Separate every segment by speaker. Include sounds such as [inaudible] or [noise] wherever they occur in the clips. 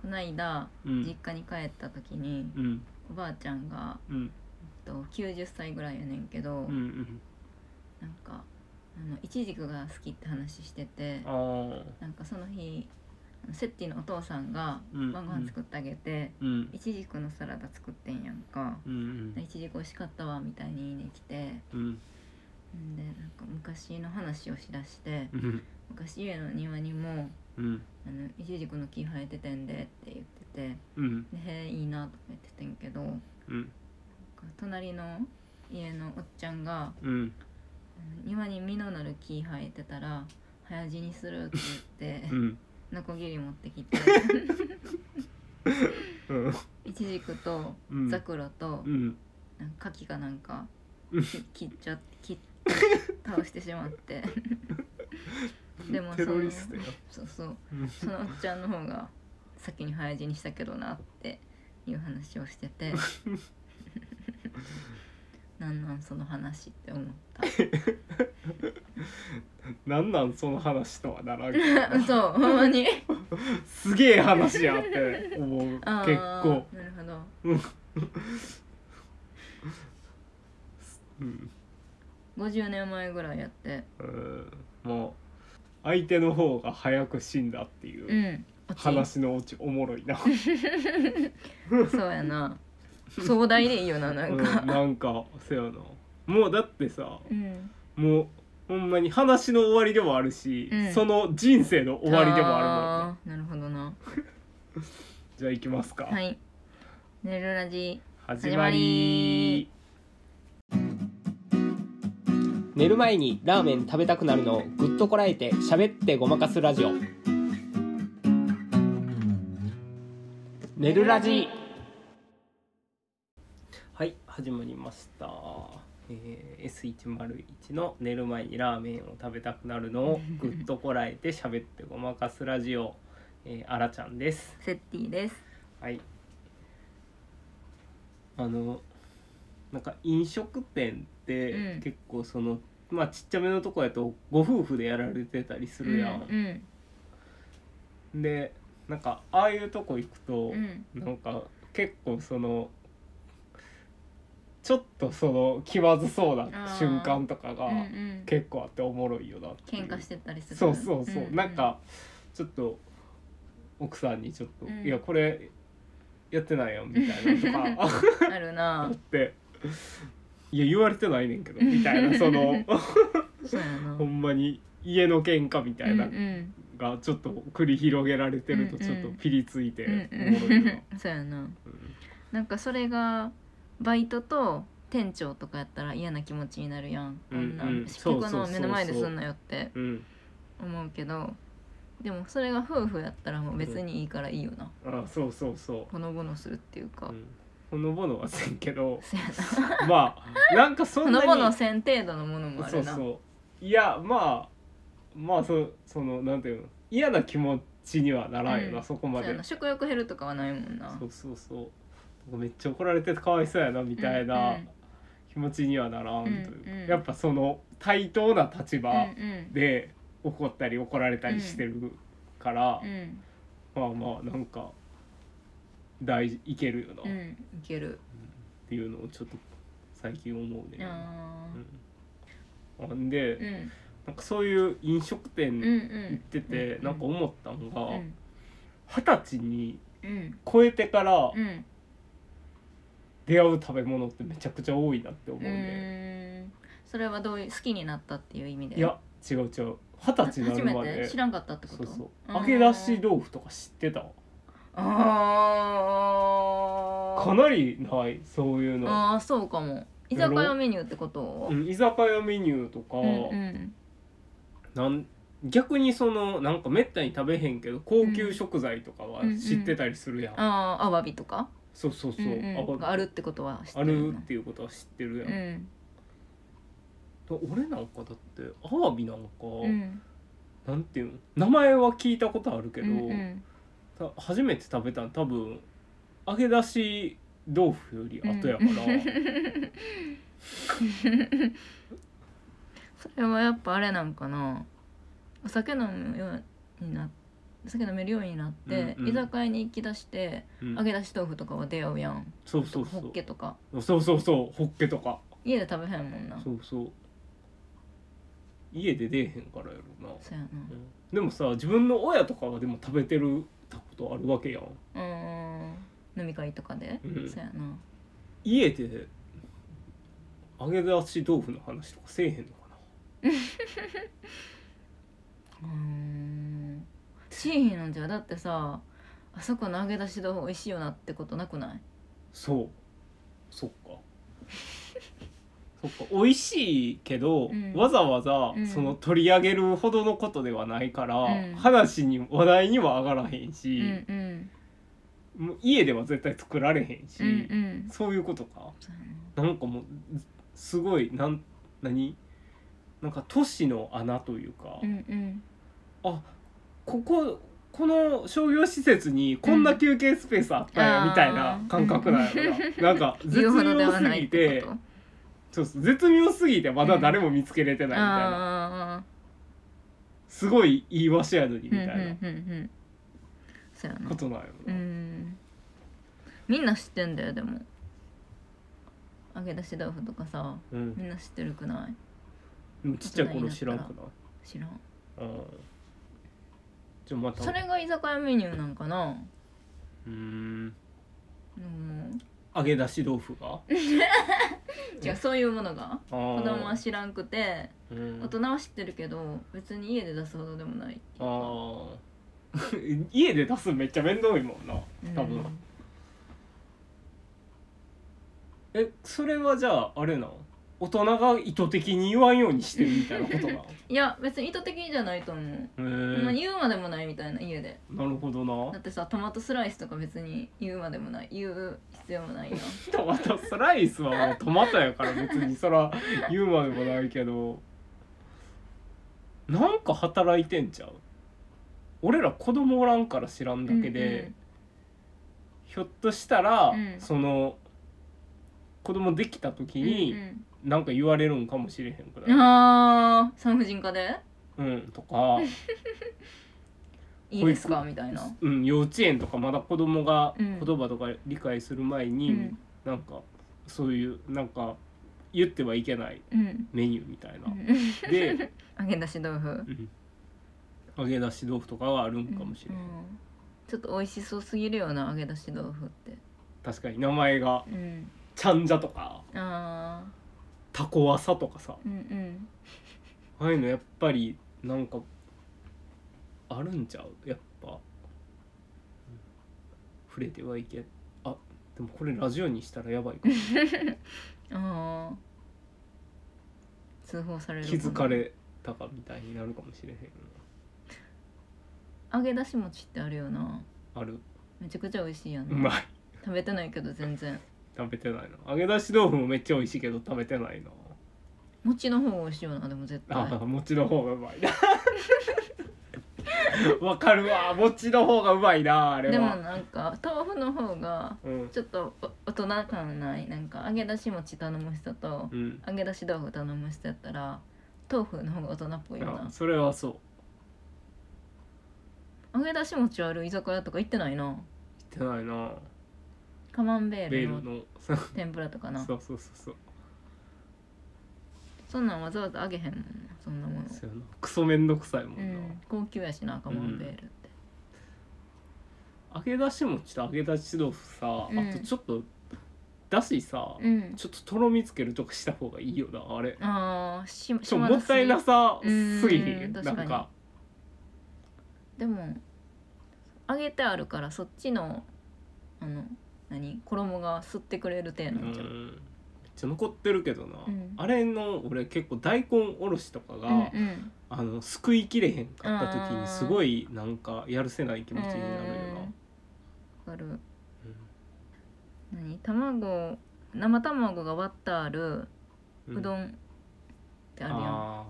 Speaker 1: この間
Speaker 2: うん
Speaker 1: 実家に帰った時に
Speaker 2: うん
Speaker 1: おばあちゃんが、
Speaker 2: うん
Speaker 1: えっと、90歳ぐらいやねんけど、
Speaker 2: うんうん
Speaker 1: なんかあのイチジクが好きって話してて
Speaker 2: あー
Speaker 1: なんかその日あのセッティのお父さんが
Speaker 2: うん
Speaker 1: 晩ご飯作ってあげて、
Speaker 2: うん
Speaker 1: イチジクのサラダ作ってんやんか
Speaker 2: うんうん
Speaker 1: イチジク美味しかったわみたいに言いに来て
Speaker 2: うん
Speaker 1: んでなんか昔の話をしだして
Speaker 2: うん
Speaker 1: 昔家の庭にも
Speaker 2: うん
Speaker 1: あのイチジクの木生えててんでって言ってて
Speaker 2: うん
Speaker 1: でへえいいなとか言っててんけどなんか
Speaker 2: うん
Speaker 1: 隣の家のおっちゃんが
Speaker 2: うん
Speaker 1: 「庭に実のなる木生えてたら早死にする」って言って
Speaker 2: うん
Speaker 1: ノコギリ持ってき
Speaker 2: [laughs]
Speaker 1: て
Speaker 2: うん
Speaker 1: イチジクと
Speaker 2: うん
Speaker 1: ザクロと
Speaker 2: うん
Speaker 1: なんか牡蠣かなんか
Speaker 2: うん
Speaker 1: き切っちゃ切っ倒してしま
Speaker 2: [laughs]
Speaker 1: ってでも
Speaker 2: テ
Speaker 1: そ
Speaker 2: ロ
Speaker 1: の
Speaker 2: リストや
Speaker 1: そうそう
Speaker 2: うん
Speaker 1: そのおっちゃんの方が先に早死にしたけどなっていう話をして
Speaker 2: [laughs]
Speaker 1: てなんなんその話って思った
Speaker 2: なんなんその話とはならんけどな
Speaker 1: [laughs] そうほんま
Speaker 2: [laughs]
Speaker 1: に
Speaker 2: すげえ話やって思う結
Speaker 1: あー
Speaker 2: 構
Speaker 1: なるほど
Speaker 2: うん
Speaker 1: 50年前ぐらいやって
Speaker 2: うんもう相手の方が早く死んだっていううん
Speaker 1: オチ
Speaker 2: 話のうちおもろいな
Speaker 1: そうや
Speaker 2: [laughs]
Speaker 1: な壮大でいいよななん
Speaker 2: う
Speaker 1: か
Speaker 2: ん、なんかせやなもうだってさ
Speaker 1: うん、
Speaker 2: もうほんまに話の終わりでもあるし、
Speaker 1: うん
Speaker 2: その人生の終わりでもあるも
Speaker 1: あーな
Speaker 2: んね
Speaker 1: るほどな
Speaker 2: じゃあ行きますか、
Speaker 1: はい寝るラジ
Speaker 2: 始
Speaker 1: 始
Speaker 2: ま
Speaker 1: ま
Speaker 2: り
Speaker 1: り
Speaker 2: 寝る前にラーメン食べたくなるのをぐっとこらえて喋ってごまかすラジオ寝るラジはい始まりました、えー、S101 の寝る前にラーメンを食べたくなるのをぐっとこらえて喋ってごまかすラジオ、えー、あらちゃんです
Speaker 1: セッティです
Speaker 2: はい。あのなんか飲食店って
Speaker 1: うん
Speaker 2: 結構その、まあちっちゃめのとこやとご夫婦でやられてたりするや。
Speaker 1: うんん
Speaker 2: でなんかああいうとこ行くと
Speaker 1: う、ん
Speaker 2: なんか結構そのちょっとその気まずそうな瞬間とか
Speaker 1: う
Speaker 2: が
Speaker 1: んうん
Speaker 2: 結構あっておもろいよなっていう
Speaker 1: 喧嘩してたりする
Speaker 2: そうそうそう、
Speaker 1: んん
Speaker 2: なんかちょっと奥さんにちょっと「
Speaker 1: うん
Speaker 2: いやこれやってないよ」みたいなのとか
Speaker 1: ある
Speaker 2: あ
Speaker 1: な [laughs]
Speaker 2: って「いや言われてないねんけど」みたいな
Speaker 1: [laughs]
Speaker 2: その
Speaker 1: そうやな
Speaker 2: [laughs] ほんまに家の喧嘩みたいな
Speaker 1: うんうん
Speaker 2: がちょっと繰り広げられてると
Speaker 1: うんう
Speaker 2: ち
Speaker 1: ん
Speaker 2: ょっとピリついて
Speaker 1: うん
Speaker 2: おもろいよな
Speaker 1: うん [laughs] そうやな
Speaker 2: うん
Speaker 1: なんかそれがバイトと店長とかやったら嫌な気持ちになるやん
Speaker 2: う
Speaker 1: こ
Speaker 2: んうん
Speaker 1: んなん結
Speaker 2: そうそ
Speaker 1: 局
Speaker 2: うそう
Speaker 1: の
Speaker 2: そう
Speaker 1: 目の前ですんなよって
Speaker 2: うん
Speaker 1: 思うけどでもそれが夫婦やったらもう別にいいからいいよな
Speaker 2: あそうそうそ
Speaker 1: ほのぼのするっていう
Speaker 2: う、
Speaker 1: [laughs] か、
Speaker 2: うん、ほのぼのはせんけど
Speaker 1: そうやな
Speaker 2: まあなんかそ
Speaker 1: ほ
Speaker 2: んな
Speaker 1: の
Speaker 2: に
Speaker 1: ぼのせん程度のものもあ
Speaker 2: そう
Speaker 1: るな
Speaker 2: そういやまあまあそそのなんていうの嫌な気持ちにはならんよな、
Speaker 1: うん
Speaker 2: そこま
Speaker 1: そうや
Speaker 2: で
Speaker 1: な食欲減るとかはないもんな
Speaker 2: そうそうそうめっちゃ怒られてかわいそうやなみたい
Speaker 1: う
Speaker 2: な
Speaker 1: んうん
Speaker 2: 気持ちにはならんというか、
Speaker 1: うんうん
Speaker 2: やっぱその対等な立
Speaker 1: う
Speaker 2: 場
Speaker 1: ん
Speaker 2: で怒ったり怒られたりしてるから
Speaker 1: うんう、ん
Speaker 2: まあまあなんか大事いけるよなっ
Speaker 1: うんいける
Speaker 2: ていうのをちょっと最近思うね、
Speaker 1: あ
Speaker 2: うん、ほんで、
Speaker 1: ーうん
Speaker 2: なんかそういう飲食店
Speaker 1: うんう
Speaker 2: 行っ
Speaker 1: ん
Speaker 2: てて、
Speaker 1: うん
Speaker 2: なんか思ったの
Speaker 1: う
Speaker 2: が
Speaker 1: ん
Speaker 2: 二十、歳に
Speaker 1: うん
Speaker 2: 超えてから
Speaker 1: うん
Speaker 2: 出会う食べ物ってめちゃくちゃ多いなって思う
Speaker 1: う
Speaker 2: ね、
Speaker 1: ーんそれはどういう好きになったっていう意味で
Speaker 2: いや違う違う二十歳にな
Speaker 1: 初
Speaker 2: るま
Speaker 1: めて
Speaker 2: で
Speaker 1: 知らんかったってこ
Speaker 2: そう
Speaker 1: と
Speaker 2: そう
Speaker 1: あー
Speaker 2: 揚げ出し豆腐とか知ってた
Speaker 1: あー
Speaker 2: かなりないそういうの、
Speaker 1: あーそうかも居酒屋メニューってこと
Speaker 2: うん、居酒屋メニューとか、
Speaker 1: うんうん
Speaker 2: なん逆にそのなんかめったに食べへんけど高級食材とかは知ってたりするやん、
Speaker 1: あーアワビとか
Speaker 2: そうそうそう、
Speaker 1: うんうんがあるってことは知って
Speaker 2: あ
Speaker 1: る
Speaker 2: る
Speaker 1: よな
Speaker 2: っていうことは知ってるやん、
Speaker 1: うん
Speaker 2: だ俺なんかだってアワビなんか、
Speaker 1: うん
Speaker 2: なんていうの名前は聞いたことあるけど、
Speaker 1: うんうん
Speaker 2: た初めて食べたの多分揚げ出し豆腐より後やから、
Speaker 1: それはやっぱあれなんかなお酒飲むようになっ酒飲めるようになって、
Speaker 2: うんうん
Speaker 1: 居酒屋に行きだして、
Speaker 2: うん
Speaker 1: [laughs] 揚げ出し豆腐とかは出会うやん
Speaker 2: そうそうそ
Speaker 1: ホッ
Speaker 2: う
Speaker 1: ケとか
Speaker 2: そうそうそうホッケとか
Speaker 1: 家で食べへんもんな
Speaker 2: そうそう家で出えへんからやろな、
Speaker 1: そうや
Speaker 2: うんでもさ自分の親とかはでも食べてるたことあるわけやん
Speaker 1: なうん飲み会とかで、
Speaker 2: うん
Speaker 1: そうやな
Speaker 2: 家で揚げ出し豆腐の話とかせえへんのかな
Speaker 1: うんしーひんなんじゃうだってさあそこの揚げ出し豆腐美味しいよなってことなくない
Speaker 2: そうそっか [laughs] そっか美味しいけど、
Speaker 1: うん
Speaker 2: わざわざ
Speaker 1: うん
Speaker 2: その取り上げるほどのことではないから、
Speaker 1: うん
Speaker 2: 話に話題には上がらへん
Speaker 1: うんう
Speaker 2: し、
Speaker 1: ん
Speaker 2: もう家では絶対作られへんし、
Speaker 1: うんうん
Speaker 2: そういうことか
Speaker 1: そうや
Speaker 2: なんかもうずすごいなん何なんか都市の穴というか、
Speaker 1: なうんうん
Speaker 2: あこここの商業施設にこんな休憩スペースあったよ、
Speaker 1: うん
Speaker 2: みたいな感覚なんやろな、なんか絶
Speaker 1: 言うほどで
Speaker 2: 妙
Speaker 1: は
Speaker 2: す
Speaker 1: ない
Speaker 2: ぎ
Speaker 1: って
Speaker 2: て
Speaker 1: こと
Speaker 2: そうそう絶妙すぎてまだ誰も見つけれてないみたいな、
Speaker 1: あ
Speaker 2: すごい言い訳やのにみ
Speaker 1: ーうん
Speaker 2: たい
Speaker 1: う
Speaker 2: な
Speaker 1: んうんうんそうやな
Speaker 2: ことなんや
Speaker 1: う
Speaker 2: ろな、
Speaker 1: んみんな知ってんだよでも揚げ出し豆腐とかさ
Speaker 2: うん
Speaker 1: みんな知ってるくない
Speaker 2: でもちっちゃい頃知らんくない
Speaker 1: 知らん
Speaker 2: うんじゃあまた
Speaker 1: それが居酒屋メニューなんかな
Speaker 2: うーん
Speaker 1: うん
Speaker 2: 揚げ出し豆腐が
Speaker 1: 違うそういうものが
Speaker 2: 子
Speaker 1: 子供は知らんくて
Speaker 2: うん
Speaker 1: 大人は知ってるけど別に家で出すほどでもないっていう
Speaker 2: あ
Speaker 1: か
Speaker 2: ー [laughs] 家で出すのめっちゃ面倒いもんな多分、
Speaker 1: うん
Speaker 2: えそれはじゃああれなの大人が意図的に言わんようにしてるみたいな
Speaker 1: [laughs]
Speaker 2: ことなのへ
Speaker 1: いや別に意図的じゃないと思う、ほ
Speaker 2: え
Speaker 1: んまに言うまでもないみたいな家で
Speaker 2: なるほど
Speaker 1: だ
Speaker 2: な
Speaker 1: ってさトマトスライスとか別に言うまでもない言う必要も
Speaker 2: [laughs]
Speaker 1: ないな
Speaker 2: トマトスライスはもうトマトやから別にそら言うまでもないけどなんか働いてんちゃう俺ら子供おらんから知らんだけで、ひょっとしたら、
Speaker 1: うん
Speaker 2: その子供できた時
Speaker 1: うんうんう
Speaker 2: に
Speaker 1: ん
Speaker 2: なんか言われるんかもしれへんくらい
Speaker 1: うん、あー産婦人科で
Speaker 2: うん、とか、
Speaker 1: いいですかみたいな
Speaker 2: うん、幼稚園とかまだ子供が
Speaker 1: うん
Speaker 2: 言葉とか理解する前
Speaker 1: う
Speaker 2: に、
Speaker 1: ん
Speaker 2: なんかそういうなんか言ってはいけない
Speaker 1: うん
Speaker 2: メニューみたいな
Speaker 1: う。ん
Speaker 2: で、
Speaker 1: [laughs] 揚げ出し豆腐
Speaker 2: うん揚げ出し豆腐とかはあるんかもしれ
Speaker 1: う
Speaker 2: ない、
Speaker 1: んちょっと美味しそうすぎるような揚げ出し豆腐って
Speaker 2: 確かに名前が
Speaker 1: うん
Speaker 2: ちゃんじゃとか
Speaker 1: あ
Speaker 2: タコワサとかさ
Speaker 1: ーうんうん
Speaker 2: ああいうのやっぱりなんかあるんちゃうやっぱ、うん触れてはいけあでもこれラジオにしたらやばいか
Speaker 1: あ
Speaker 2: も
Speaker 1: あ通報される
Speaker 2: 気
Speaker 1: も
Speaker 2: づ
Speaker 1: ん
Speaker 2: かれたかみたいになるかもしれへんな
Speaker 1: 揚げ出し餅ってあるよな
Speaker 2: ある
Speaker 1: めちゃくちゃ美味しいやん
Speaker 2: うまい
Speaker 1: 食べてないけど全然
Speaker 2: 食べてないな揚げ出し豆腐もめっちゃ美味しいけど食べてないな
Speaker 1: 餅の方が美味しいよなでも絶対
Speaker 2: ああ餅の方がうまいな [laughs] わかるわ餅の方がうまいなあれ
Speaker 1: でも
Speaker 2: は
Speaker 1: なんか豆腐の方が
Speaker 2: うん
Speaker 1: ちょっとお大人感ないなんか揚げ出し餅頼む人と
Speaker 2: うん
Speaker 1: 揚げ出し豆腐頼む人やったら豆腐の方が大人っぽいよ
Speaker 2: あ
Speaker 1: な
Speaker 2: それはそう
Speaker 1: 揚げ出し餅ある居酒屋とか行ってないな
Speaker 2: 言ってないな
Speaker 1: カマンベー
Speaker 2: ベ
Speaker 1: ル
Speaker 2: ール
Speaker 1: の
Speaker 2: のそう
Speaker 1: 天ぷらとかな
Speaker 2: [laughs] そうそうそう
Speaker 1: そんなんわざわざ揚げへんもんなそんなもの
Speaker 2: そうやなクソめんどくさいも
Speaker 1: うん
Speaker 2: な、
Speaker 1: ん高級やしなカマンベールって
Speaker 2: 揚げ出し餅と揚げ出し豆腐さ、
Speaker 1: うん
Speaker 2: あとちょっとだしさ、
Speaker 1: うん
Speaker 2: ちょっととろみつけるとかした方がいいよなあれ
Speaker 1: あーし
Speaker 2: ちょ
Speaker 1: 島
Speaker 2: も
Speaker 1: 田
Speaker 2: ったいな
Speaker 1: 水
Speaker 2: さ
Speaker 1: うーん
Speaker 2: すぎひん
Speaker 1: 確
Speaker 2: な
Speaker 1: か
Speaker 2: ん
Speaker 1: に
Speaker 2: か
Speaker 1: でも揚げてあるからそっちのあの何衣が吸ってくれる
Speaker 2: う
Speaker 1: 程
Speaker 2: ん
Speaker 1: 度なんちゃう
Speaker 2: めっちゃ残ってるけどな、
Speaker 1: うん
Speaker 2: あれの俺結構大根おろしとかが、
Speaker 1: うんうん
Speaker 2: あのすくいきれへんかった時
Speaker 1: あー
Speaker 2: にすごいなんかやるせない気持ちになるよな、
Speaker 1: わかる
Speaker 2: うん
Speaker 1: 何卵生卵が割ってある
Speaker 2: うん
Speaker 1: うどんってあるやん、あ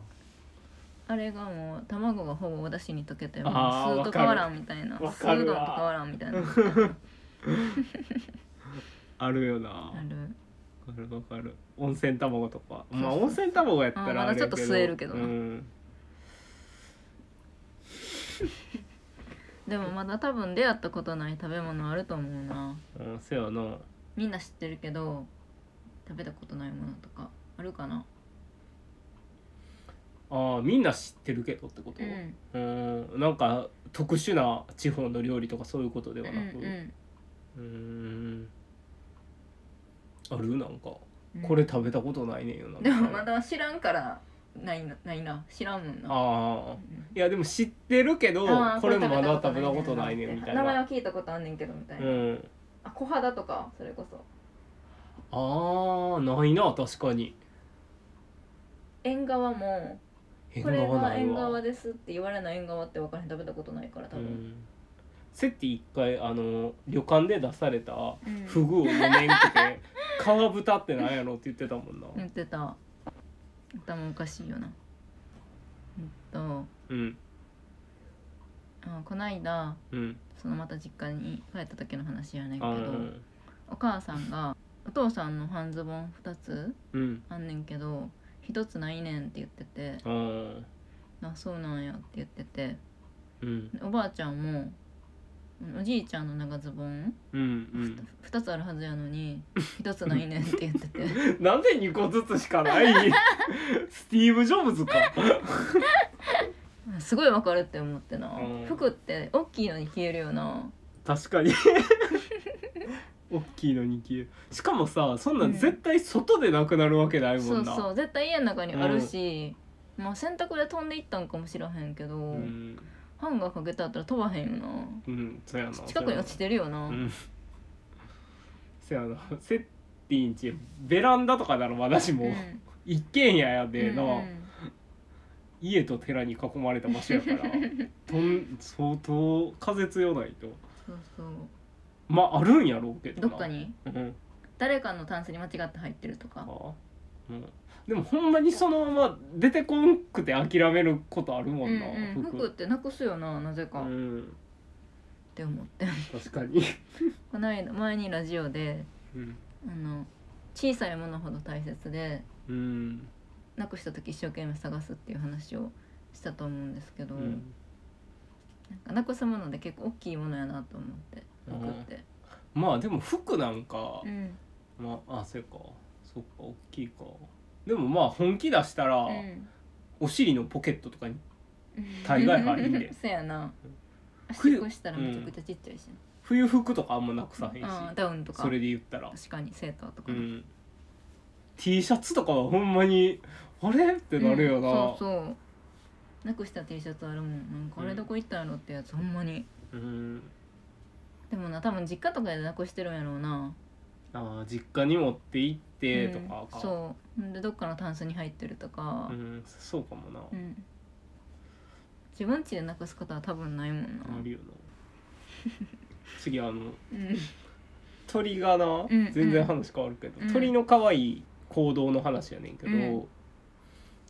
Speaker 2: あ
Speaker 1: れがもう卵がほぼお出汁に溶けてもう
Speaker 2: あー
Speaker 1: 酢と変わらんみたいな
Speaker 2: わ
Speaker 1: 酢
Speaker 2: か
Speaker 1: うどん
Speaker 2: る
Speaker 1: と
Speaker 2: わ
Speaker 1: 変わらんみ
Speaker 2: [laughs]
Speaker 1: たいなあ
Speaker 2: ーあるよなわ
Speaker 1: る
Speaker 2: かるわかる温泉卵とかまあ
Speaker 1: そうそう
Speaker 2: 温泉卵やったら
Speaker 1: あー
Speaker 2: あれや
Speaker 1: まだちょっと吸えるけど
Speaker 2: う
Speaker 1: なんでもまだ多分出会ったことない食べ物あると思うな
Speaker 2: うんせやな
Speaker 1: みんな知ってるけど食べたことないものとかあるかな
Speaker 2: ああみんな知ってるけどってこと、
Speaker 1: うん
Speaker 2: うんなんか特殊な地方の料理とかそういうことで
Speaker 1: うん
Speaker 2: はなくうーんあるなんか
Speaker 1: うん
Speaker 2: これ食べたことないねんよな
Speaker 1: でも
Speaker 2: みた
Speaker 1: ま
Speaker 2: いな
Speaker 1: だ知らんからないなないな知らんもんな
Speaker 2: ああ
Speaker 1: うん
Speaker 2: いやでも知ってるけど
Speaker 1: あー
Speaker 2: これもまだ食べたことないねんみたい
Speaker 1: 名前
Speaker 2: な
Speaker 1: は聞いたことあんねんけどみたいうな、
Speaker 2: ん
Speaker 1: あ小肌とかそれこそ
Speaker 2: あーないな確かに
Speaker 1: 縁側も
Speaker 2: 縁
Speaker 1: これ
Speaker 2: 側
Speaker 1: が
Speaker 2: ない
Speaker 1: 縁側
Speaker 2: わ
Speaker 1: ですって言われない縁側って分からへん食べたことないから多
Speaker 2: う
Speaker 1: 分、
Speaker 2: んセッティ一回あの旅館で出された
Speaker 1: うん
Speaker 2: フグを胸につけ
Speaker 1: [laughs]
Speaker 2: て「皮豚ってなんやろ?」って言ってたもんな
Speaker 1: 言ってた頭おかしいよなうんと
Speaker 2: うん
Speaker 1: あこないだ
Speaker 2: うん
Speaker 1: そのまた実家に帰った時の話やねんけ
Speaker 2: あ
Speaker 1: ど
Speaker 2: ー
Speaker 1: お母さんがお父さんの半ズボン2つ
Speaker 2: うん
Speaker 1: あんねんけど1つないねんって言ってて
Speaker 2: あー
Speaker 1: あそうなんやって言ってて
Speaker 2: うん
Speaker 1: おばあちゃんもおじいちゃんの長ズボン
Speaker 2: うん
Speaker 1: 2つあるはずやのに1つないねんって言ってて [laughs]
Speaker 2: うんなんで2個ずつしかないスティーブ・ジョブズか
Speaker 1: すごい分かるって思ってな
Speaker 2: うん
Speaker 1: 服って大きいのに消えるよな
Speaker 2: 確かに [laughs] 大きいのに消えるしかもさそんなん
Speaker 1: うん
Speaker 2: 絶対外でなくなるわけないも
Speaker 1: そ
Speaker 2: ん
Speaker 1: う
Speaker 2: な、
Speaker 1: そう絶対家の中にあるし、まあ洗濯で飛んでいったんかもしらへんけど、
Speaker 2: うん
Speaker 1: ハンガーかけてあったら飛ばへんよな
Speaker 2: うんそうやな
Speaker 1: 近くに落ちてるよな、
Speaker 2: うんそうやなセッティンちベランダとかならまだしも、
Speaker 1: うん
Speaker 2: 一軒家やでな、
Speaker 1: うんうん
Speaker 2: 家と寺に囲まれた場所やから
Speaker 1: [laughs]
Speaker 2: とん相当風強ないと
Speaker 1: そうそう
Speaker 2: まああるんやろうけど
Speaker 1: ど
Speaker 2: な
Speaker 1: っかに
Speaker 2: うん
Speaker 1: 誰かのタンスに間違って入ってるとか
Speaker 2: あうん、でもほんまにそのまま出てこんくて諦めることある
Speaker 1: う
Speaker 2: も
Speaker 1: ん
Speaker 2: んな、
Speaker 1: うん、服ってなくすよななぜか、
Speaker 2: う
Speaker 1: っ
Speaker 2: ん、
Speaker 1: て思って
Speaker 2: 確かに、
Speaker 1: この間前にラジオで
Speaker 2: うん
Speaker 1: あの小さいものほど大切で
Speaker 2: うん
Speaker 1: なくした時一生懸命探すっていう話をしたと思うんですけど、なんかなくすもので結構大きいものやなと思って服って、
Speaker 2: まあでも服なんか
Speaker 1: う、ん
Speaker 2: まああそうかそっか大きいかでもまあ本気出したら、
Speaker 1: うん
Speaker 2: お尻のポケットとかに大概入んで
Speaker 1: [laughs] そうやな足
Speaker 2: 冬
Speaker 1: 越したらめちゃくちゃちっちゃいし
Speaker 2: 冬服とかあんまなくさへんし、
Speaker 1: な、うん、ダウンとか
Speaker 2: それで言ったら、
Speaker 1: 確かにセーターと
Speaker 2: う
Speaker 1: か、
Speaker 2: ん、T シャツとかはほんまにあれってなるよな、
Speaker 1: うんそうそうなくした T シャツあるもんなんかあれどこ行ったんやろってやつほんまに
Speaker 2: うん
Speaker 1: でもな多分実家とかでなくしてるんやろうな
Speaker 2: あー実家に持って行ってとか
Speaker 1: うん、
Speaker 2: か、うん
Speaker 1: そうほんでどっかのタンスに入ってるとか
Speaker 2: そうかもな、
Speaker 1: うん、自分家でなくすことは多分ないもんな
Speaker 2: あるよな [laughs] 次あの
Speaker 1: うん
Speaker 2: 鳥がな、
Speaker 1: うん
Speaker 2: 全然話変わるけど、
Speaker 1: うん
Speaker 2: 鳥の可愛い行動の話やねんけど、
Speaker 1: うん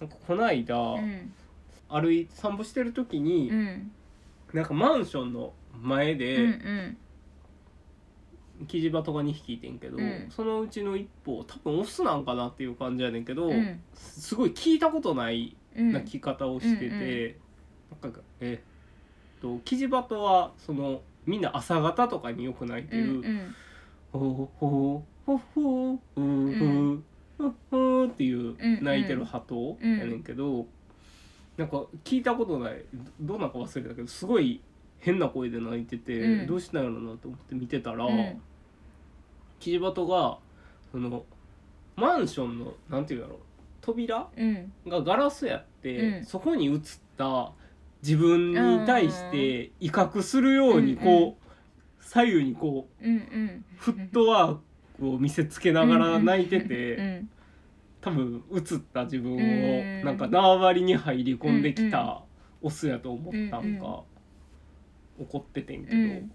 Speaker 2: なんかこないだ、
Speaker 1: うん
Speaker 2: 歩い散歩してる時に、
Speaker 1: うん
Speaker 2: なんかマンションの
Speaker 1: う
Speaker 2: 前
Speaker 1: んう
Speaker 2: で
Speaker 1: ん
Speaker 2: キジバトが2匹いてんけど、
Speaker 1: うん
Speaker 2: そのうちの一歩多分オスなんかなっていう感じやねんけど、
Speaker 1: うん
Speaker 2: すごい聞いたことない
Speaker 1: うん
Speaker 2: 泣き方をしてて、なんかえっとキジバトはそのみんな朝方とかによく泣いて
Speaker 1: うん
Speaker 2: る
Speaker 1: うん
Speaker 2: 「ほほほほうふふふ」っていう泣いてる鳩やねんけどなんか聞いたことないどどんなんか忘れたけどすごい変な声で泣いて
Speaker 1: う
Speaker 2: て
Speaker 1: ん
Speaker 2: どうしたんやろなと思って見てたら
Speaker 1: うん
Speaker 2: キジバトがそのマンションのなんていうんだろう扉
Speaker 1: うん
Speaker 2: がガラスやって、
Speaker 1: うん
Speaker 2: そこに映った自分に対して威嚇するようにこう、
Speaker 1: うんうん
Speaker 2: 左右にこう
Speaker 1: うんうん
Speaker 2: フットワークを見せつけながら泣いてて、
Speaker 1: うん
Speaker 2: 多分映った自分を
Speaker 1: うん
Speaker 2: なんか縄張りに入り込んできたオスやと思ったんか、怒っててんけど、
Speaker 1: うん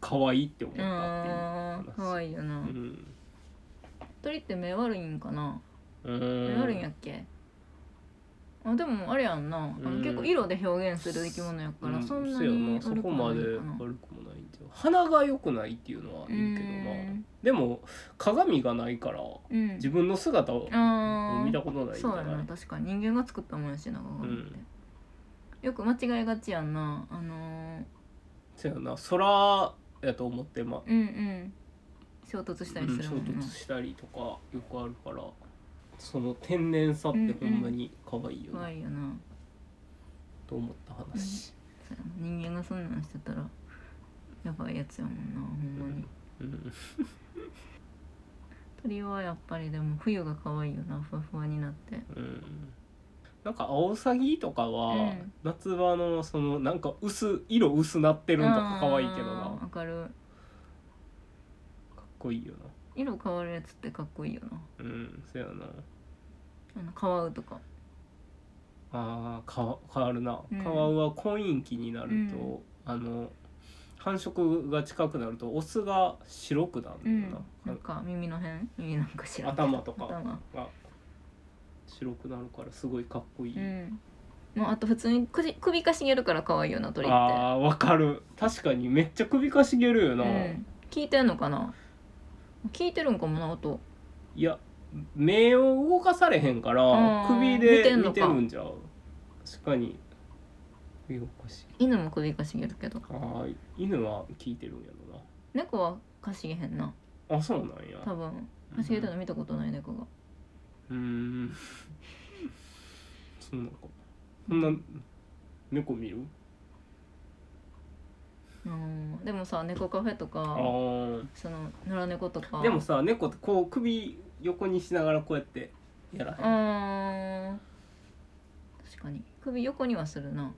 Speaker 2: 可愛いって思ったっていう
Speaker 1: あー可愛いよな、
Speaker 2: 話。うん
Speaker 1: 鳥って目悪いんかな、
Speaker 2: うん
Speaker 1: 目悪いんやっけあでもあれやんな、あ
Speaker 2: うん
Speaker 1: の結構色で表現する生き物やから、
Speaker 2: う
Speaker 1: そんな
Speaker 2: そうや
Speaker 1: に悪く
Speaker 2: そ
Speaker 1: ない
Speaker 2: こまで悪
Speaker 1: の
Speaker 2: く
Speaker 1: かな
Speaker 2: もないんじゃう鼻が良くないっていうのはいういけどな、
Speaker 1: ん
Speaker 2: でも鏡がないから
Speaker 1: うん
Speaker 2: 自分の姿を
Speaker 1: あー
Speaker 2: 見たことないんじゃ
Speaker 1: そうや
Speaker 2: な
Speaker 1: ない確かに人間が作ったもんやしな鏡って、
Speaker 2: うん
Speaker 1: よく間違いがちやんなあのー
Speaker 2: そうやな空やと思ってま
Speaker 1: うんうん衝突したり
Speaker 2: う
Speaker 1: す
Speaker 2: ん
Speaker 1: る
Speaker 2: 衝
Speaker 1: もんな、
Speaker 2: 突したりとかよくあるからその天然さってほんまに可愛いよ
Speaker 1: 怖
Speaker 2: ない
Speaker 1: よな
Speaker 2: と思った話、
Speaker 1: そうやな人間がそんなんしてたらやばいやつやもんなほんまに
Speaker 2: うん、
Speaker 1: 鳥はやっぱりでも冬が可愛いよなふわふわになって
Speaker 2: うんなんかアオサギとかは、
Speaker 1: うん
Speaker 2: 夏場のそのなんか薄色薄なってるんとか可愛いけど
Speaker 1: あ
Speaker 2: な
Speaker 1: ー
Speaker 2: か
Speaker 1: わかる
Speaker 2: っこいいよ
Speaker 1: 色変わるやつってかっこいいよな
Speaker 2: なうんそうやな
Speaker 1: あのカワウとか
Speaker 2: あーか変わるな、
Speaker 1: うん
Speaker 2: カワウは婚姻期になると、
Speaker 1: うん
Speaker 2: あの繁殖が近くなるとオスが白くな
Speaker 1: う
Speaker 2: るんだ
Speaker 1: ん
Speaker 2: よ
Speaker 1: な
Speaker 2: な、
Speaker 1: んか耳の辺耳なんか知らんけど
Speaker 2: 頭とか
Speaker 1: 頭
Speaker 2: が白くなるからすごいかっこいい、
Speaker 1: うんもうあと普通に首首かしげるから可愛いよな鳥って
Speaker 2: あーわかる確かにめっちゃ首かしげるよな、
Speaker 1: うん、聞いてんのかな聞いてるんかもな音
Speaker 2: いや目を動かされへんか
Speaker 1: あ
Speaker 2: ら
Speaker 1: ー見
Speaker 2: 首で見
Speaker 1: て
Speaker 2: て
Speaker 1: んのか
Speaker 2: るんじゃう確かに首おかしい
Speaker 1: 犬も首かしげるけど
Speaker 2: あー犬は聞いてるんやろ
Speaker 1: 猫はかしげへんな
Speaker 2: なあそうなんや
Speaker 1: 多分かしげてるの見たことない猫が
Speaker 2: うーんそうなのかそんな猫見る
Speaker 1: うんでもさ猫カフェと
Speaker 2: あ
Speaker 1: か
Speaker 2: ー
Speaker 1: その野良猫とか
Speaker 2: でもさ猫ってこう首横にしながらこうやってやらへん
Speaker 1: うん確かに首横にはするな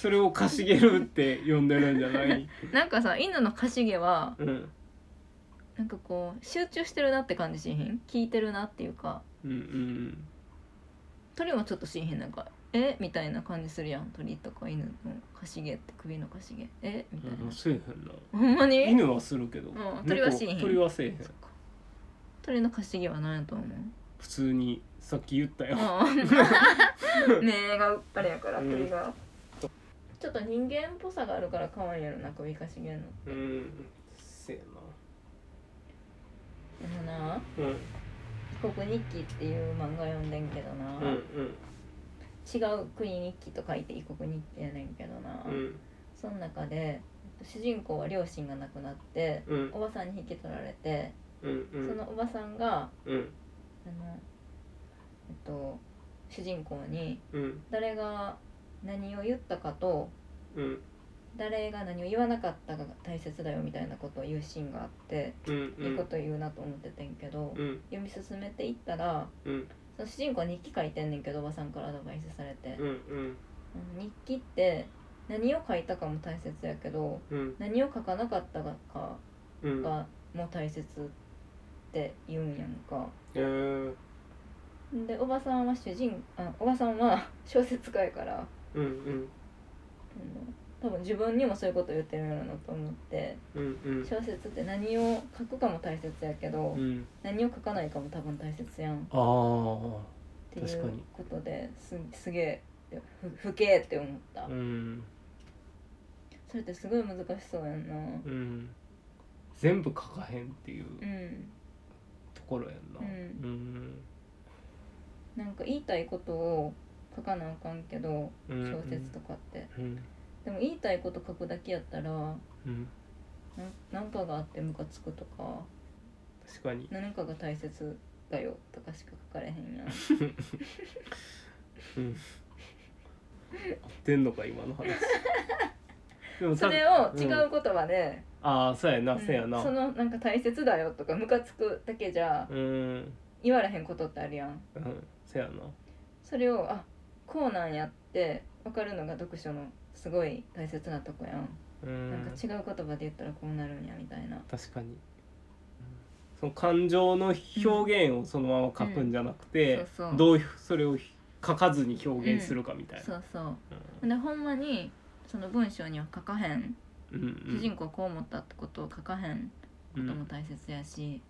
Speaker 2: それをかしげるって呼んでるんじゃない。
Speaker 1: なんかさ犬のかしげは
Speaker 2: [laughs] うん。
Speaker 1: なんかこう集中してるなって感じしへん聞いてるなっていうか
Speaker 2: うんうん。
Speaker 1: 鳥もちょっとしへんなんかえみたいな感じするやん鳥とか犬のかしげって首のかしげえみたいな、
Speaker 2: うん、せえへんな。
Speaker 1: ほんまに
Speaker 2: 犬はするけど、
Speaker 1: ん鳥はしへん
Speaker 2: 猫鳥はせえへん
Speaker 1: そっか鳥のかしげは何やと思う
Speaker 2: 普通にさっき言った
Speaker 1: [laughs]
Speaker 2: よ、
Speaker 1: うん目がうっぱりやから
Speaker 2: うん
Speaker 1: 鳥が、ちょっと人間っぽさがあるから可愛いやろな首かしげんの
Speaker 2: うんせえ
Speaker 1: でもな
Speaker 2: なうん
Speaker 1: 「帰国日記」っていう漫画読んでんけどな、
Speaker 2: うん
Speaker 1: 違う国日記と書いて「異国日記」やねんけどな、
Speaker 2: うん
Speaker 1: その中で主人公は両親が亡くなって
Speaker 2: うん
Speaker 1: おばさんに引き取られて、
Speaker 2: うんうん
Speaker 1: そのおばさんが
Speaker 2: うん
Speaker 1: あのえっと主人公に
Speaker 2: うん
Speaker 1: 誰が何を言ったかと
Speaker 2: うん
Speaker 1: 誰が何を言わなかったかが大切だよみたいなことを言うシーンがあって、
Speaker 2: うんうん
Speaker 1: いいこと言うなと思っててんけど、
Speaker 2: うん
Speaker 1: 読み進めていったら
Speaker 2: うん
Speaker 1: その主人公は日記書いてんねんけどおばさんからアドバイスされて、
Speaker 2: うんうん
Speaker 1: あの日記って何を書いたかも大切やけど
Speaker 2: うん
Speaker 1: 何を書かなかったかが
Speaker 2: うん
Speaker 1: がも大切って言うんやんか。
Speaker 2: えー
Speaker 1: でおばさんは主人あおばさんは小説家やからあの
Speaker 2: うん
Speaker 1: 多分自分にもそういうこと言ってるんやろなと思って
Speaker 2: うんうんうん
Speaker 1: 小説って何を書くかも大切やけど、
Speaker 2: うん
Speaker 1: 何を書かないかも多分大切やんっ
Speaker 2: ああ
Speaker 1: てい
Speaker 2: 確か
Speaker 1: う
Speaker 2: に
Speaker 1: ことですすげえってふ不敬って思った、
Speaker 2: うん
Speaker 1: それってすごい難しそうやんな
Speaker 2: うん全部書かへんっていう
Speaker 1: うん
Speaker 2: ところやんな
Speaker 1: うん
Speaker 2: うん
Speaker 1: なんか言いたいことを書かなあかんけど
Speaker 2: うんうん
Speaker 1: 小説とかって、
Speaker 2: うん
Speaker 1: でも言いたいこと書くだけやったらな
Speaker 2: うん
Speaker 1: 何かがあってムカつくとか
Speaker 2: 確かに
Speaker 1: 何かが大切だよとかしか書かれへんやん
Speaker 2: [laughs] うん合ってんのか今の [laughs] 話でも
Speaker 1: そ
Speaker 2: 多分
Speaker 1: れを違う言葉で、
Speaker 2: ああそうやな、
Speaker 1: うん
Speaker 2: そうやな
Speaker 1: そのなんか大切だよとかムカつくだけじゃ
Speaker 2: うんうん
Speaker 1: 言われへんことってあるやん
Speaker 2: そうやな
Speaker 1: それをあこうなんやって分かるのが読書のすごい大切なとこやん、
Speaker 2: う
Speaker 1: なん
Speaker 2: ん
Speaker 1: か違う言葉で言ったらこうなるんやみたいな
Speaker 2: 確かにうんその感情の表現をそのまま書くんじゃなくて、
Speaker 1: うんそうそう
Speaker 2: どういうそれを書かずに表現するかみたいな、
Speaker 1: そうそう
Speaker 2: うん
Speaker 1: でほんまにその文章には書かへん、
Speaker 2: うんうん
Speaker 1: 主人公はこう思ったってことを書かへん
Speaker 2: う
Speaker 1: ことも
Speaker 2: ん、
Speaker 1: 大切やし、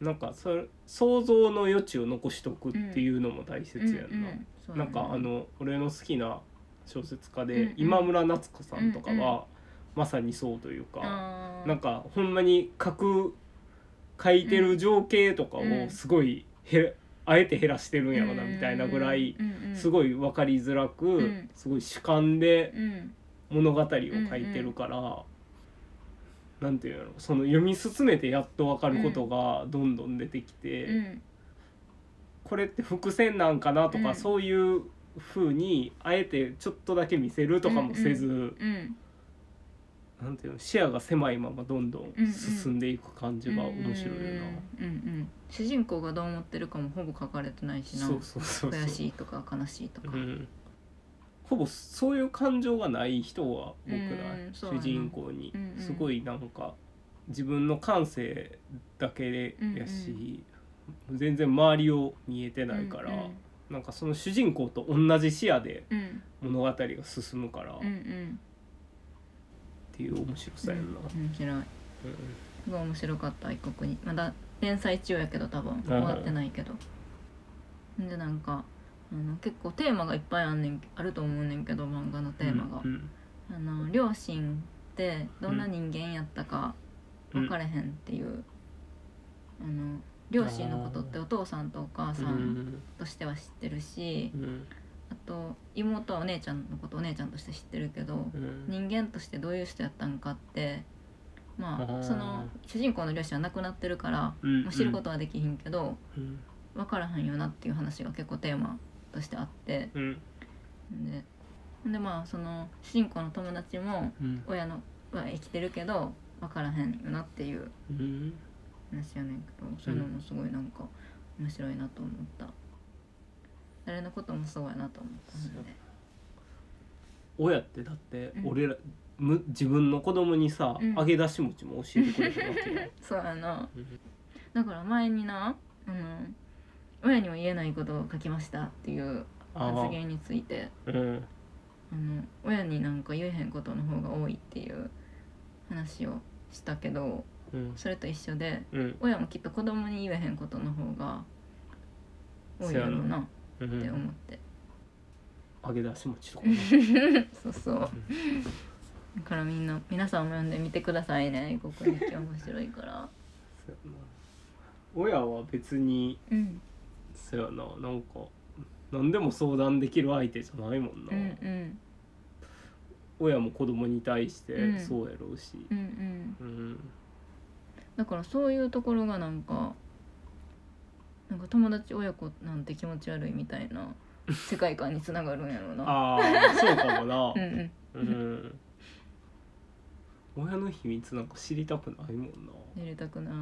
Speaker 2: なんかそれ想像の余地を残しとくっていうのも大切やんな、
Speaker 1: そう
Speaker 2: な
Speaker 1: や
Speaker 2: んかあの俺の好きな小説家で、
Speaker 1: うんうん
Speaker 2: 今村夏子さんとかは、
Speaker 1: うんうん
Speaker 2: まさにそうというか、
Speaker 1: あー
Speaker 2: なんかほんまに書く書いてる情景とか
Speaker 1: うん
Speaker 2: をすごいへ、あえて減らしてるんやろなみたいなぐらいす
Speaker 1: い、
Speaker 2: ごい分かりづら
Speaker 1: う
Speaker 2: く
Speaker 1: ん
Speaker 2: すごい主観で
Speaker 1: うん
Speaker 2: 物語を書いてるからなんていうのその読み進めてやっと分かることがどんどん出てきて。
Speaker 1: うん
Speaker 2: これって伏線なんかなとか、
Speaker 1: うん
Speaker 2: そういう風にあえてちょっとだけ見せるとかもせず、
Speaker 1: うん、
Speaker 2: なんていうの視野が狭いままどんどん
Speaker 1: うんうん
Speaker 2: 進んでいく感じが面白いよな。
Speaker 1: うんうん、主人公がどう思ってるかもほぼ書かれてないしな
Speaker 2: そうそうそうそう
Speaker 1: 悔しいとか悲しいとか、
Speaker 2: うんほぼそういう感情がない人は多くない、
Speaker 1: うんそうだ
Speaker 2: 主
Speaker 1: な
Speaker 2: 人公に、
Speaker 1: うんうん
Speaker 2: すごいなんか自分の感性だけやし、全然周りを見えてないから、
Speaker 1: うん
Speaker 2: なんかその主人公と同じ視野で
Speaker 1: うん
Speaker 2: 物語が進むから、
Speaker 1: うんうん
Speaker 2: っていう面白さやんな。
Speaker 1: うん面白いすごい面白かった一国にまだ連載中やけど多分
Speaker 2: い
Speaker 1: 終
Speaker 2: はい
Speaker 1: わってないけど、でなんかあの結構テーマがいっぱいあんねんあると思うねんけど漫画のテーマが
Speaker 2: う、ん
Speaker 1: あの両親ってどんな人間やったか
Speaker 2: うん
Speaker 1: 分かれへんっていう、あの両親のことってお父さんとお母
Speaker 2: う
Speaker 1: さん
Speaker 2: ん
Speaker 1: としては知ってるし、
Speaker 2: うん
Speaker 1: あと妹はお姉ちゃんのことお姉ちゃんとして知ってるけど、
Speaker 2: うん
Speaker 1: 人間としてどういう人やったんかってま
Speaker 2: あー
Speaker 1: あその主人公の両親は亡くなってるから
Speaker 2: うん
Speaker 1: もう知ることはできひんけど
Speaker 2: うん
Speaker 1: 分からへんよなっていう話が結構テーマとしてあって
Speaker 2: うん
Speaker 1: ででまあその主人公の友達も
Speaker 2: うん
Speaker 1: 親のは生きてるけど分からへんよなっていう
Speaker 2: うん
Speaker 1: 話やねんけどそういうのもすごいなんか面白いなと思った誰のこともそうやなと思ったので
Speaker 2: 親ってだって
Speaker 1: うん
Speaker 2: 俺ら、む自分の子供にさ、
Speaker 1: うん
Speaker 2: 揚げ出し餅も教えてくれるわけよ
Speaker 1: そうやな
Speaker 2: うん
Speaker 1: だから前になあの親にも言えないことを書きましたっていう
Speaker 2: あ
Speaker 1: [laughs] 発
Speaker 2: ー
Speaker 1: 言について
Speaker 2: うん
Speaker 1: あの親になんか言えへんことの方が多いっていう話をしたけど
Speaker 2: うん
Speaker 1: それと一緒で
Speaker 2: うん
Speaker 1: 親もきっと子供に言えへんことの方が多いだろうなっ
Speaker 2: う
Speaker 1: て
Speaker 2: ん
Speaker 1: 思って、
Speaker 2: 揚げ出し餅
Speaker 1: [laughs]
Speaker 2: とかね
Speaker 1: そうそうだからみんな皆さんも読んでみてくださいねここに今日面白いから。
Speaker 2: そうやな親は別に
Speaker 1: うん、
Speaker 2: そうやななんか何でも相談できる相手じゃないもんな、
Speaker 1: うんうん
Speaker 2: 親も子供に対し
Speaker 1: う
Speaker 2: て
Speaker 1: ん
Speaker 2: そうやろうし、
Speaker 1: うんうん
Speaker 2: うん
Speaker 1: だからそういうところがなんかなんか友達親子なんて気持ち悪いみたい
Speaker 2: [laughs]
Speaker 1: な世界観につながるんやろうな。
Speaker 2: ああそうかも
Speaker 1: うん
Speaker 2: な
Speaker 1: うん、
Speaker 2: うん親の秘密なんか知りたくないもんな
Speaker 1: 寝れたくない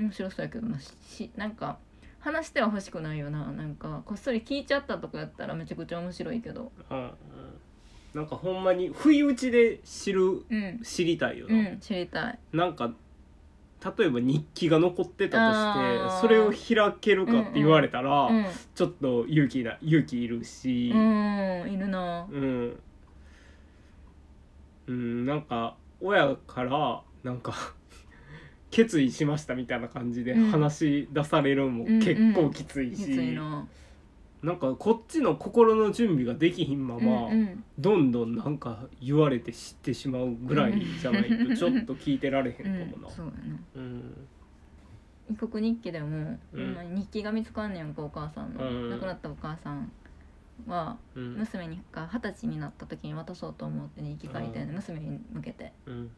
Speaker 1: 面白そうやけどなししなんか話しては欲しくないよななんかこっそり聞いちゃったとかやったらめちゃくちゃ面白いけど
Speaker 2: うんうんなんかほんまに不意打ちで知る
Speaker 1: うん、
Speaker 2: 知りたいよ
Speaker 1: う
Speaker 2: な、
Speaker 1: ん、知りたい
Speaker 2: なんか例えば日記が残ってたとし
Speaker 1: あ
Speaker 2: て
Speaker 1: ー
Speaker 2: それを開けるかって言われたら、
Speaker 1: うん、
Speaker 2: ちょっと勇気な勇気いるし、
Speaker 1: うん、いるな
Speaker 2: うん、うん、なんか親からなんか [laughs] 決意しましたみたいな感じで
Speaker 1: うん
Speaker 2: 話し出されるのも結構きつい
Speaker 1: き
Speaker 2: し、
Speaker 1: ついな
Speaker 2: なんかこっちの心の準備ができひんまま、
Speaker 1: うんうん
Speaker 2: どんどんなんか言われて知ってしまうぐらいじゃないとちょっと聞いてられへ
Speaker 1: うん
Speaker 2: んかもな。
Speaker 1: そうやな
Speaker 2: うん
Speaker 1: 異国日記でも、
Speaker 2: うん
Speaker 1: ほんまに日記が見つかんねやんかお母さんの、
Speaker 2: うん
Speaker 1: 亡くなったお母さんは
Speaker 2: うん
Speaker 1: 娘にが二十歳になった時に渡そうと思って日記書いて、
Speaker 2: うん
Speaker 1: 娘に向けて
Speaker 2: うん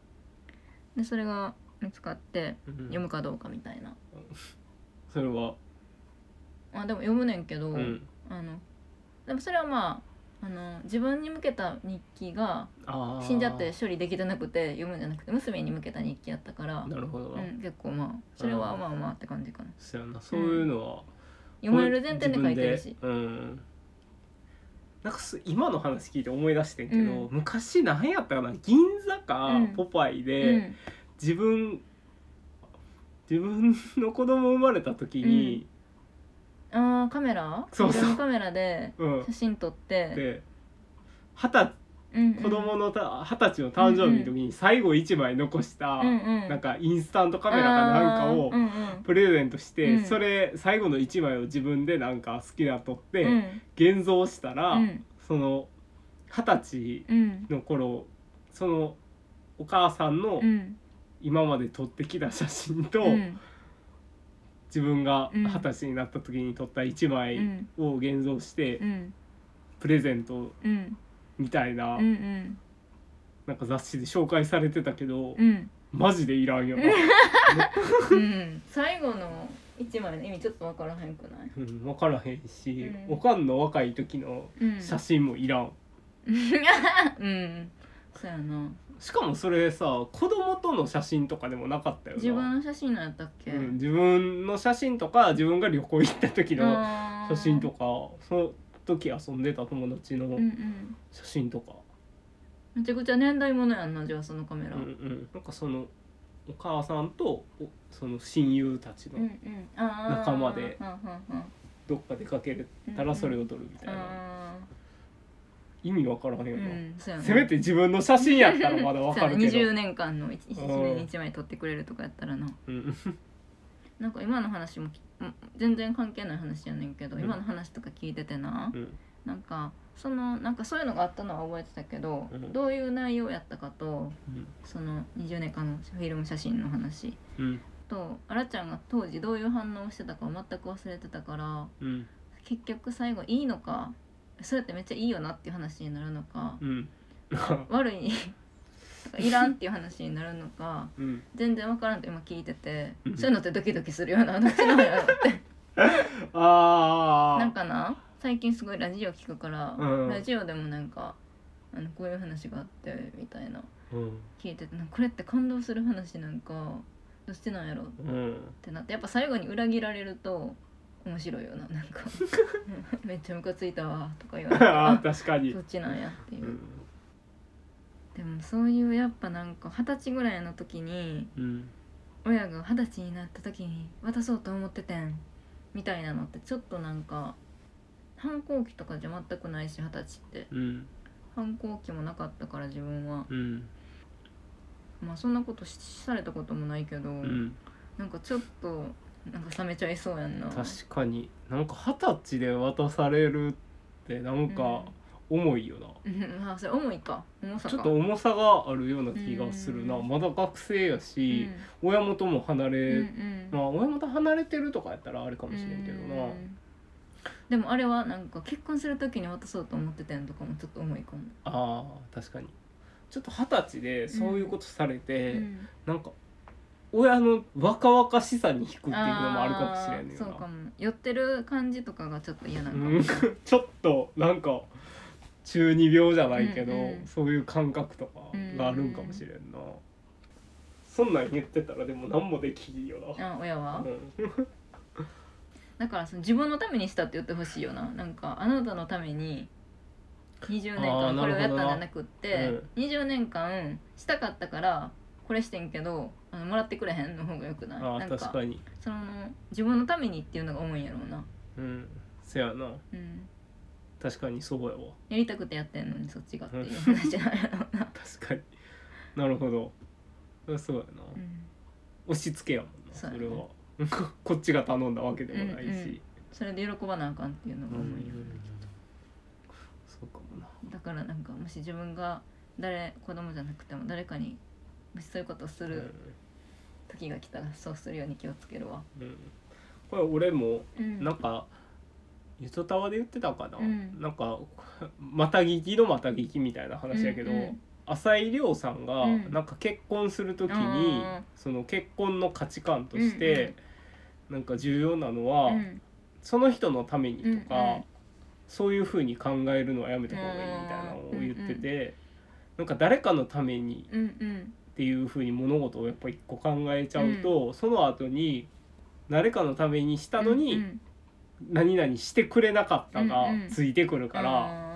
Speaker 1: でそれが見つかって
Speaker 2: うん
Speaker 1: 読むかどうかみたいな、
Speaker 2: それは、
Speaker 1: まあでも読むねんけど、
Speaker 2: うん、
Speaker 1: あのでもそれはまああの自分に向けた日記が
Speaker 2: あー
Speaker 1: 死んじゃって処理できてなくて読むんじゃなくて娘に向けた日記やったから、
Speaker 2: なるほど
Speaker 1: う
Speaker 2: な、
Speaker 1: ん、結構まあそれはまあまあって感じかな
Speaker 2: そうやなそういうのは、
Speaker 1: 読まれる前提で書いてるし
Speaker 2: 自分でうんなんかす今の話聞いて思い出してんけど、
Speaker 1: うん
Speaker 2: 昔何やったかな銀座か
Speaker 1: うん
Speaker 2: ポパイ
Speaker 1: う
Speaker 2: で、
Speaker 1: ん
Speaker 2: 自分自分の子供生まれた時に、
Speaker 1: あーカメラ
Speaker 2: そうそう
Speaker 1: ビデオカメラで
Speaker 2: うん
Speaker 1: 写真撮って、
Speaker 2: で二十
Speaker 1: うんうん、
Speaker 2: 子供のた二十歳の誕生日の時に最後一枚残した、
Speaker 1: うんうん
Speaker 2: なんかインスタントカメラかなんかを
Speaker 1: あーうんうん
Speaker 2: プレゼントして、
Speaker 1: うん
Speaker 2: それ最後の一枚を自分でなんか好きなの撮って、
Speaker 1: うん
Speaker 2: 現像したら、
Speaker 1: うん
Speaker 2: その二十歳
Speaker 1: うん
Speaker 2: の頃そのお母さんの
Speaker 1: うん
Speaker 2: 今まで撮ってきた写真と、
Speaker 1: うん
Speaker 2: 自分が
Speaker 1: うん
Speaker 2: 二十歳になった時に撮った1枚
Speaker 1: うん
Speaker 2: を現像して
Speaker 1: うん
Speaker 2: プレゼント
Speaker 1: うん
Speaker 2: みたいな
Speaker 1: うんうん
Speaker 2: なんか雑誌で紹介されてたけど
Speaker 1: うん
Speaker 2: マジでいらん [laughs] よな、
Speaker 1: うん最後の一枚の意味ちょっとわからへんくない
Speaker 2: うん、分からへんし、
Speaker 1: うん
Speaker 2: おかんの若い時の
Speaker 1: うん
Speaker 2: 写真もいらん
Speaker 1: [laughs] うんそうやな
Speaker 2: しかもそれさ子供との写真とかでもなかったよな
Speaker 1: 自分の写真なんやったっけ、
Speaker 2: うん、自分の写真とか自分が旅行行った時の
Speaker 1: 写
Speaker 2: 写真とかその時遊んでた友達の
Speaker 1: うんうん
Speaker 2: 写真とか、
Speaker 1: めちゃくちゃ年代ものやんなじゃあそのカメ
Speaker 2: うん
Speaker 1: ラ、
Speaker 2: うんなんかそのお母さんとおその親友たち
Speaker 1: うんう
Speaker 2: の
Speaker 1: んあー
Speaker 2: 仲間で
Speaker 1: うんうん
Speaker 2: どっか出かけれ
Speaker 1: うん
Speaker 2: たらそれを撮るみたいな、
Speaker 1: あ
Speaker 2: 意味わからへん
Speaker 1: ー
Speaker 2: よ
Speaker 1: う
Speaker 2: な、
Speaker 1: んそうやな
Speaker 2: せめて自分の写真やったらまだわかるけ
Speaker 1: そうやな20
Speaker 2: ど、
Speaker 1: 年間の 1, 年に1枚撮ってくれるとかやったらな
Speaker 2: うん、
Speaker 1: なんか今の話もきうん全然関係ない話やねんけど今の話とか聞いててな、
Speaker 2: うん
Speaker 1: なんかそのなんかそういうのがあったのは覚えてたけど、
Speaker 2: うん
Speaker 1: どういう内容やったかと
Speaker 2: うん
Speaker 1: その20年間のフィルム写真の話
Speaker 2: うん
Speaker 1: とあらちゃんが当時どういう反応をしてたかを全く忘れてたから
Speaker 2: うん
Speaker 1: 結局最後いいのかそれってめっちゃいいよなっていう話になるのか
Speaker 2: うん
Speaker 1: 悪い [laughs] いらんっていう話になるのか
Speaker 2: うん
Speaker 1: 全然分からんと今聞いてて
Speaker 2: うん
Speaker 1: そういうのってドキドキするようなどっちの方やろ
Speaker 2: [laughs]
Speaker 1: って
Speaker 2: あ
Speaker 1: [laughs]
Speaker 2: ー
Speaker 1: なんかな最近すごいラジオ聞くから、
Speaker 2: うん
Speaker 1: ラジオでもなんかあのこういう話があってみたいな
Speaker 2: うん
Speaker 1: 聞いててなんかこれって感動する話なんかどうしてなんやろ
Speaker 2: うん
Speaker 1: ってなってやっぱ最後に裏切られると面白いよな
Speaker 2: [laughs]
Speaker 1: なんかめっちゃムカついたわとか言われて
Speaker 2: ああ
Speaker 1: あ
Speaker 2: 確かに
Speaker 1: そっちなんやっていううんでもそういうやっぱなんか二十歳ぐらいの時に
Speaker 2: うん
Speaker 1: 親が二十歳になった時に渡そうと思っててんみたいなのってちょっとなんか反抗期とかじゃ全くないし二十歳って
Speaker 2: うん
Speaker 1: 反抗期もなかったから自分は
Speaker 2: うん
Speaker 1: まあそんなことしされたこともないけど、
Speaker 2: うん
Speaker 1: なんかちょっとなんか冷めちゃいそうやんな
Speaker 2: 確かになんか二十歳で渡されるってなんか重いよな、
Speaker 1: うんまあそれ重いか重さか
Speaker 2: ちょっと重さがあるような気がするな、
Speaker 1: うん
Speaker 2: まだ学生や
Speaker 1: うん
Speaker 2: し、親元も離れ、
Speaker 1: うん
Speaker 2: まあ親元離れてるとかやったらあれか
Speaker 1: うん
Speaker 2: もしれんけどな、
Speaker 1: うんでもあれはなんか結婚する時に渡そうと思ってたんとかもちょっと重いかも、
Speaker 2: あー確かにちょっと二十歳でそういうことされて、
Speaker 1: うん
Speaker 2: なんか親の若々しさに引くっていうのもあるかもしれん
Speaker 1: あ
Speaker 2: ね
Speaker 1: ー
Speaker 2: ん
Speaker 1: そう
Speaker 2: な
Speaker 1: かも寄ってる感じとかがちょっと嫌なんかも、
Speaker 2: うん [laughs] ちょっとなんか中二病じゃないけど、
Speaker 1: うんうん
Speaker 2: そういう感覚とかがあるんかもしれんな、そんなん言ってたらでも何もできんよな、
Speaker 1: あ親は、
Speaker 2: うん、
Speaker 1: だからその自分のためにしたって言ってほしいよななんかあなたのために20年間
Speaker 2: あー
Speaker 1: こ
Speaker 2: なる
Speaker 1: れ
Speaker 2: ほ
Speaker 1: を
Speaker 2: どな
Speaker 1: やったんじゃなくって、20年間したかったからこれしてんけどあのもらってくれへんの方がよくない
Speaker 2: あ
Speaker 1: なん
Speaker 2: ー確かに
Speaker 1: その自分のためにっていうのが重いんやろうな、
Speaker 2: うんせやな
Speaker 1: うん、
Speaker 2: 確かにそうやわ
Speaker 1: やりたくてやってんのにそっちがっていう話なんやろうな、
Speaker 2: 確かになるほどそりゃそうやな、
Speaker 1: うん、
Speaker 2: 押し付けやもんな
Speaker 1: そう
Speaker 2: そ
Speaker 1: や
Speaker 2: れ
Speaker 1: な
Speaker 2: は [laughs] こっちが頼んだわけでもないし、
Speaker 1: それで喜ばなあかんっていうのが
Speaker 2: うん
Speaker 1: 重いよ、
Speaker 2: そうかもな
Speaker 1: だからなんかもし自分が誰子供じゃなくても誰かにもしそういうことをする時が来たらそうするように気をつけるわ、
Speaker 2: うんうんこれ俺も
Speaker 1: うん
Speaker 2: なんかゆとたわで言ってたかな、
Speaker 1: うん
Speaker 2: なんか [laughs] また聞きのまた聞きみたいな話やけど、
Speaker 1: うんうん
Speaker 2: 浅井亮さんが
Speaker 1: うん
Speaker 2: なんか結婚する時に、
Speaker 1: あー
Speaker 2: その結婚の価値観として、なんか重要なのは、
Speaker 1: うん
Speaker 2: その人のためにとか、
Speaker 1: うんうん
Speaker 2: そういうふうに考えるのはやめた方がいいみたいなのを言ってて、なんか誰かのために
Speaker 1: うんうん
Speaker 2: っていうふうに物事をやっぱ一個考えちゃうと、その後に誰かのためにしたのに、
Speaker 1: うん
Speaker 2: 何々してくれなかったが
Speaker 1: うんうん
Speaker 2: ついてくる
Speaker 1: う
Speaker 2: か
Speaker 1: ん、
Speaker 2: ら、
Speaker 1: あ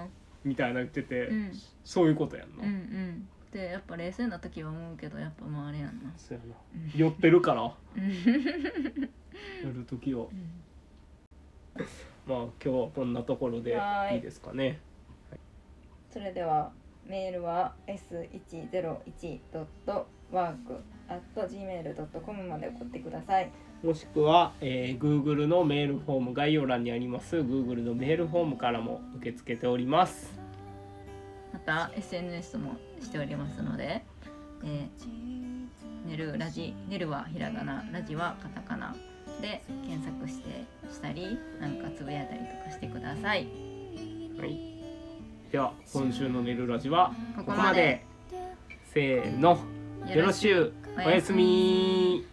Speaker 2: みたいな言ってて、
Speaker 1: ーうん
Speaker 2: そういうことやん
Speaker 1: う
Speaker 2: な、
Speaker 1: んうんでやっぱ冷静な時は思うけどやっぱまああれやんな
Speaker 2: そうやな
Speaker 1: うん
Speaker 2: 寄ってるからや
Speaker 1: うん
Speaker 2: る時は
Speaker 1: うん
Speaker 2: まあ今日はこんなところで
Speaker 1: はーい
Speaker 2: いいですかね
Speaker 1: それではメールは s101.work.gmail.com まで送ってください。
Speaker 2: もしくは、えー Google のメールフォーム概要欄にあります Google のメールフォームからも受け付けております
Speaker 1: また SNS もしておりますので、えー、寝るラジ、寝るはひらがな、ラジはカタカナ、で検索してしたりなんかつぶやいたりとかしてください
Speaker 2: はい、では今週の「寝るラジ」は
Speaker 1: こ
Speaker 2: こ
Speaker 1: こ
Speaker 2: こ
Speaker 1: ま
Speaker 2: ま
Speaker 1: で
Speaker 2: でせーのよろしゅうおやすみ